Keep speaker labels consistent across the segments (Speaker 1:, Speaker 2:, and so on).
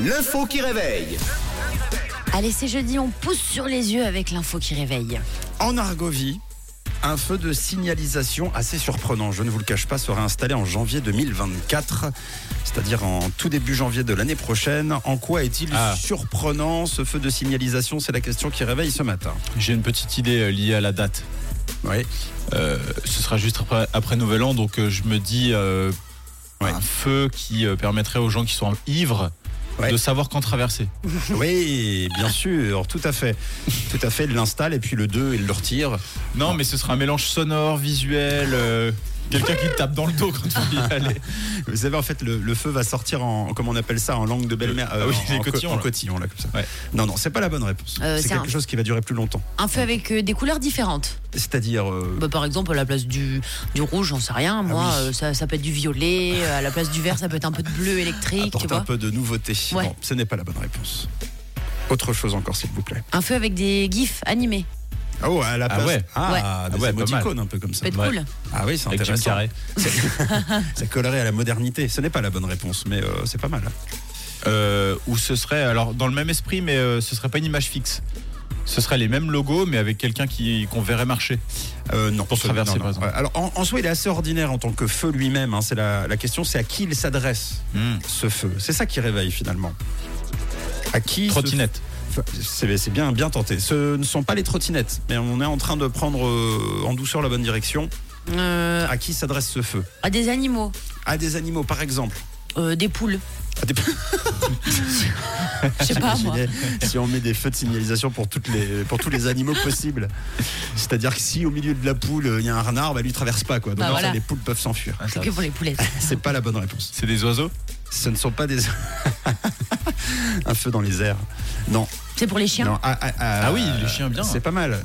Speaker 1: L'info qui réveille.
Speaker 2: Allez, c'est jeudi, on pousse sur les yeux avec l'info qui réveille.
Speaker 3: En Argovie, un feu de signalisation assez surprenant, je ne vous le cache pas, sera installé en janvier 2024, c'est-à-dire en tout début janvier de l'année prochaine. En quoi est-il
Speaker 4: Ah.
Speaker 3: surprenant ce feu de signalisation C'est la question qui réveille ce matin.
Speaker 4: J'ai une petite idée euh, liée à la date.
Speaker 3: Oui.
Speaker 4: Euh, ce sera juste après, après Nouvel An, donc euh, je me dis euh,
Speaker 3: Ouais.
Speaker 4: un feu qui euh, permettrait aux gens qui sont ivres
Speaker 3: Ouais.
Speaker 4: de savoir quand traverser.
Speaker 3: Oui, bien sûr, tout à fait. Tout à fait, il l'installe et puis le 2, il le retire.
Speaker 4: Non, mais ce sera un mélange sonore, visuel, euh, quelqu'un qui te tape dans le dos quand tu y aller.
Speaker 3: Vous savez, en fait, le, le feu va sortir en, comment on appelle ça, en langue de belle-mère. Euh,
Speaker 4: Ah oui,
Speaker 3: en,
Speaker 4: les
Speaker 3: en co-
Speaker 4: cotillons,
Speaker 3: en
Speaker 4: là.
Speaker 3: cotillon, là, comme ça.
Speaker 4: Ouais.
Speaker 3: Non, non, c'est pas la bonne réponse.
Speaker 2: Euh,
Speaker 3: c'est
Speaker 2: c'est
Speaker 3: quelque
Speaker 2: un-
Speaker 3: chose qui va durer plus longtemps.
Speaker 2: Un feu avec euh, des couleurs différentes.
Speaker 3: C'est-à-dire. euh,
Speaker 2: Bah, par exemple, à la place du, du rouge, j'en sais rien. Moi,
Speaker 3: Ah oui.
Speaker 2: euh, ça, ça peut être du violet. euh, À la place du vert, ça peut être un peu de bleu électrique.
Speaker 3: Apporter
Speaker 2: Tu
Speaker 3: Ah, un
Speaker 2: vois.
Speaker 3: peu de nouveauté.
Speaker 2: Ouais.
Speaker 3: Non, ce n'est pas la bonne réponse. Autre chose encore, s'il vous plaît.
Speaker 2: Un feu avec des gifs animés.
Speaker 3: Oh, à la
Speaker 4: Ah
Speaker 3: place.
Speaker 4: ouais.
Speaker 2: Ouais.
Speaker 3: Ah, des
Speaker 4: Ah ouais, pas
Speaker 3: émoticônes, un peu comme ça.
Speaker 2: Ça peut être
Speaker 4: Ouais.
Speaker 2: cool.
Speaker 3: Ah oui, c'est
Speaker 4: Avec Jim
Speaker 3: intéressant.
Speaker 4: Carrey.
Speaker 3: Ça collerait à la modernité. Ce n'est pas la bonne réponse, mais euh, c'est pas mal.
Speaker 4: Euh, Ou ce serait, alors dans le même esprit, mais euh, ce serait pas une image fixe. Ce serait les mêmes logos, mais avec quelqu'un qui qu'on verrait marcher.
Speaker 3: Euh, non,
Speaker 4: Pour
Speaker 3: ce-
Speaker 4: traverser,
Speaker 3: non,
Speaker 4: par
Speaker 3: non.
Speaker 4: exemple.
Speaker 3: Ouais, Alors, en, en soi, il est assez ordinaire en tant que feu lui-même. hein. C'est la, la question, c'est à qui il s'adresse ce feu. C'est ça qui réveille finalement. À qui ce
Speaker 4: Trottinette.
Speaker 3: feu- C'est c'est bien, bien tenté. Ce ne sont pas les trottinettes, mais on est en train de prendre euh, en douceur la bonne direction.
Speaker 2: Euh,
Speaker 3: À qui s'adresse ce feu
Speaker 2: à des animaux.
Speaker 3: À des animaux, par exemple.
Speaker 2: Euh, des poules.
Speaker 3: À des-
Speaker 2: Je sais pas, moi.
Speaker 3: Imaginez si on met des feux de signalisation pour, toutes les, pour tous les animaux possibles. C'est-à-dire que si au milieu de la poule, euh, il y a un renard, bah, lui traverse pas. Quoi. Donc
Speaker 2: Bah,
Speaker 3: en fait,
Speaker 2: voilà.
Speaker 3: les poules peuvent s'enfuir.
Speaker 4: Ah,
Speaker 2: C'est
Speaker 4: ça-
Speaker 2: que pour les poulettes.
Speaker 3: C'est pas la bonne réponse.
Speaker 4: C'est des oiseaux
Speaker 3: Ce ne sont pas des. un feu dans les airs. Non.
Speaker 2: C'est pour les chiens.
Speaker 3: non. Ah, ah, ah,
Speaker 4: Ah oui, les chiens, bien.
Speaker 3: C'est pas mal.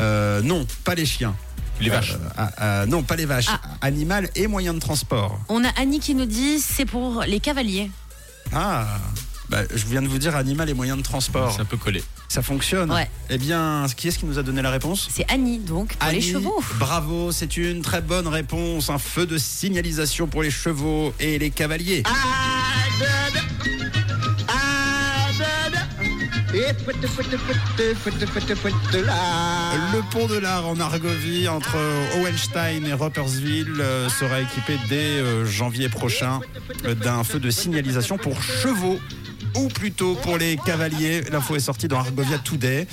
Speaker 3: Euh, non, pas les chiens.
Speaker 4: Les vaches.
Speaker 3: Euh, ah, ah, non, pas les vaches.
Speaker 2: Ah.
Speaker 3: Animal et moyen de transport.
Speaker 2: On a Annie qui nous dit c'est pour les cavaliers.
Speaker 3: Ah bah, je viens de vous dire animal et moyen de transport.
Speaker 4: Ça peut coller.
Speaker 3: Ça fonctionne.
Speaker 2: Ouais.
Speaker 3: Eh bien, qui est-ce qui nous a donné la réponse
Speaker 2: C'est Annie, donc, pour
Speaker 3: Annie,
Speaker 2: les chevaux.
Speaker 3: Bravo, c'est une très bonne réponse. Un feu de signalisation pour les chevaux et les cavaliers. Le pont de l'art en Argovie entre Owenstein et Ropersville euh, sera équipé dès euh, janvier prochain euh, d'un feu de signalisation pour chevaux ou plutôt pour les cavaliers. L'info est sortie dans Argovia Today.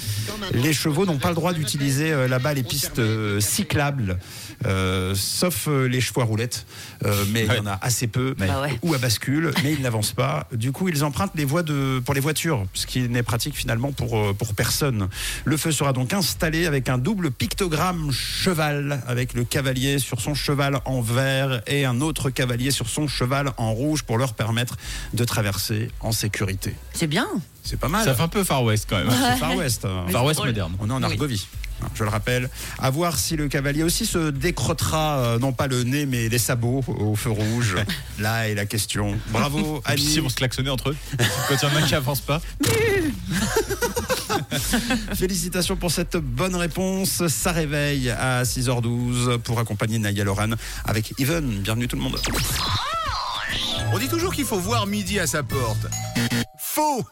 Speaker 3: Les chevaux n'ont pas le droit d'utiliser euh, là-bas les pistes euh, cyclables, euh, sauf euh, les chevaux à roulettes, Euh, mais il y en a assez peu,
Speaker 2: Bah ouais.
Speaker 3: ou à bascule, mais ils n'avancent pas. Du coup, ils empruntent les voies de, pour les voitures, ce qui n'est pratique finalement pour, euh, pour personne. Le feu sera donc installé avec un double pictogramme cheval, avec le cavalier sur son cheval en vert et un autre cavalier sur son cheval en rouge pour leur permettre de traverser en sécurité.
Speaker 2: C'est bien.
Speaker 3: C'est pas mal.
Speaker 4: Ça fait un peu Far West quand même.
Speaker 3: C'est Far West. hein.
Speaker 4: Far West moderne.
Speaker 3: On est en
Speaker 2: Oui.
Speaker 3: Argovie. hein, Je le rappelle, à voir si le cavalier aussi se décrottera, euh, non pas le nez, mais les sabots au feu rouge. Là est la question. Bravo,
Speaker 4: Et puis
Speaker 3: Annie.
Speaker 4: si vont se klaxonner entre eux, quand il y en a un qui avance pas.
Speaker 3: Félicitations pour cette bonne réponse. Ça réveille à 6h12 pour accompagner Naya Loran avec Even. Bienvenue tout le monde.
Speaker 5: On dit toujours qu'il faut voir midi à sa porte. Faux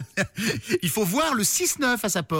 Speaker 5: Il faut voir le 6-9 à sa porte.